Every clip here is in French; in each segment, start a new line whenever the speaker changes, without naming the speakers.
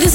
this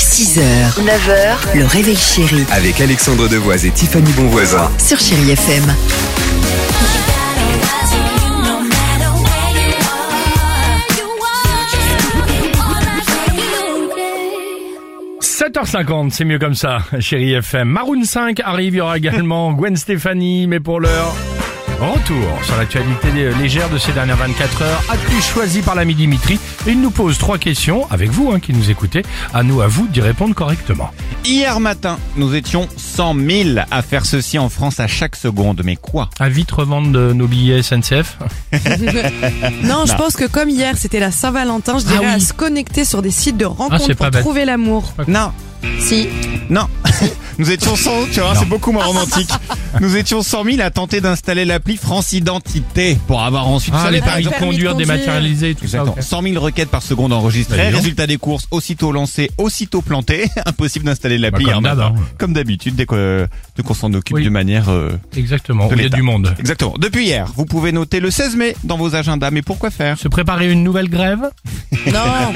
6h, 9h, le réveil chéri
avec Alexandre Devoise et Tiffany Bonvoisin.
sur Chérie FM.
No matter where you are, you are all I need.
7h50, c'est mieux comme ça, chérie FM. Maroon 5 arrive, il y aura également Gwen Stefani, mais pour l'heure, retour sur l'actualité euh, légère de ces dernières 24 heures. Actu choisi par l'ami Dimitri. Il nous pose trois questions, avec vous hein, qui nous écoutez, à nous, à vous d'y répondre correctement.
Hier matin, nous étions 100 000 à faire ceci en France à chaque seconde. Mais quoi
À vite revendre de nos billets SNCF.
Non, je pense que comme hier, c'était la Saint-Valentin, je dirais à se connecter sur des sites de rencontres
c'est pas
pour
bête.
trouver l'amour.
Non,
Si.
non. Nous étions 100, tu vois, c'est beaucoup moins romantique. Nous étions 100 000 à tenter d'installer l'appli France Identité pour avoir ensuite
Ah,
ça,
les
par
paris de
exemple.
permis de
conduire
conduire.
dématérialisés, tout
Exactement.
ça. ok.
100 000 requêtes par seconde enregistrées.
Bah, dis donc.
Résultat des courses, aussitôt lancé, aussitôt planté. Impossible d'installer l'appli
Bah,
hier
comme d'hab,
matin.
hein.
Comme d'habitude, dès que- euh, dès qu'on s'en occupe
Oui.
de manière... euh,
Exactement,
De
il y a
l'État.
du monde.
Exactement. Depuis hier, vous pouvez noter le 16 mai dans vos agendas. Mais pourquoi faire
Se préparer une nouvelle grève
Non,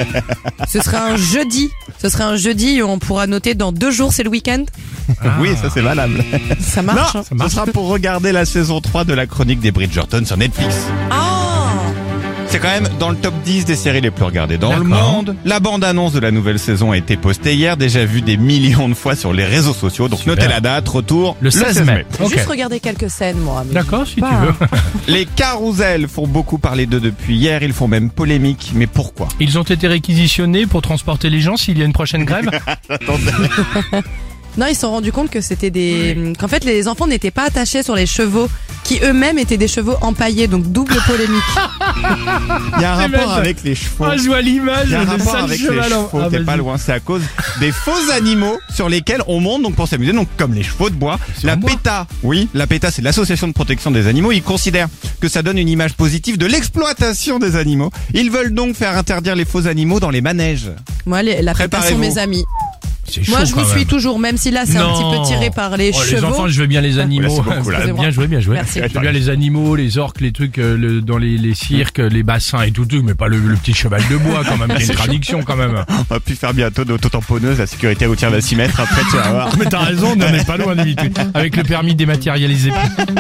ce sera un jeudi. Ce sera un jeudi et on pourra noter dans deux jours, c'est le week-end.
Ah.
Oui, ça c'est valable.
Ça
Non,
marche. hein.
ce sera pour regarder la saison 3 de la chronique des Bridgerton sur Netflix.
Ah,
C'est quand même dans le top 10 des séries les plus regardées dans le
D'accord.
monde. La bande-annonce de la nouvelle saison a été postée hier, déjà vue des millions de fois sur les réseaux sociaux. Donc
Super.
notez la date, retour
Le 16 mai.
J'ai
Ok.
juste regarder quelques scènes, moi. mais-
D'accord, si tu
Bah.
veux.
Les carousels font beaucoup parler d'eux depuis hier, ils font même polémique. Mais pourquoi
Ils ont été réquisitionnés pour transporter les gens s'il y a une prochaine grève.
Non, ils se sont rendus compte que c'était des. qu'en fait, les enfants n'étaient pas attachés sur les chevaux, qui eux-mêmes étaient des chevaux empaillés, donc double polémique.
Il y a
Ah,
un
C'est bête.
rapport avec les chevaux.
Ah, je vois l'image
Il y a un
de
rapport
sale
avec les
cheval en-
chevaux,
Ah,
t'es
vas-y.
pas loin. C'est à cause des faux animaux sur lesquels on monte donc pour s'amuser, donc comme les chevaux de bois.
Sur
La
moi.
PETA, oui, la PETA, c'est l'association de protection des animaux. Ils considèrent que ça donne une image positive de l'exploitation des animaux. Ils veulent donc faire interdire les faux animaux dans les manèges.
Moi, les- la plupart sont
Préparez-vous.
mes amis.
C'est
Moi,
chaud
je
quand
vous suis
même.
toujours, même si là, c'est un petit peu tiré par les
Oh,
chevaux.
Les enfants, je veux bien les animaux.
Ouais, c'est beaucoup, là.
bien joué, bien joué.
Merci.
Je veux bien les animaux, les orques, les trucs euh, le- dans les, les cirques, les bassins et tout, tout, mais pas le, le petit cheval de bois quand même. Il y a une traduction quand même.
On va plus faire bientôt d'autotamponneuse, la sécurité routière va s'y mettre après, tu vas voir.
Mais t'as raison, on n'en est pas loin d'habitude. Avec le permis dématérialisé,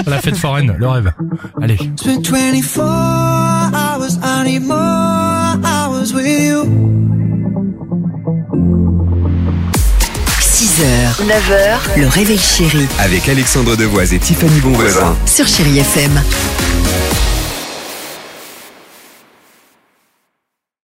la fête foraine, le rêve. Allez.
Spent 24 hours, I need more hours with you.
6h, 9h, le réveil chéri
Avec Alexandre Devoise et Tiffany Bonvoisin.
sur Chérie FM.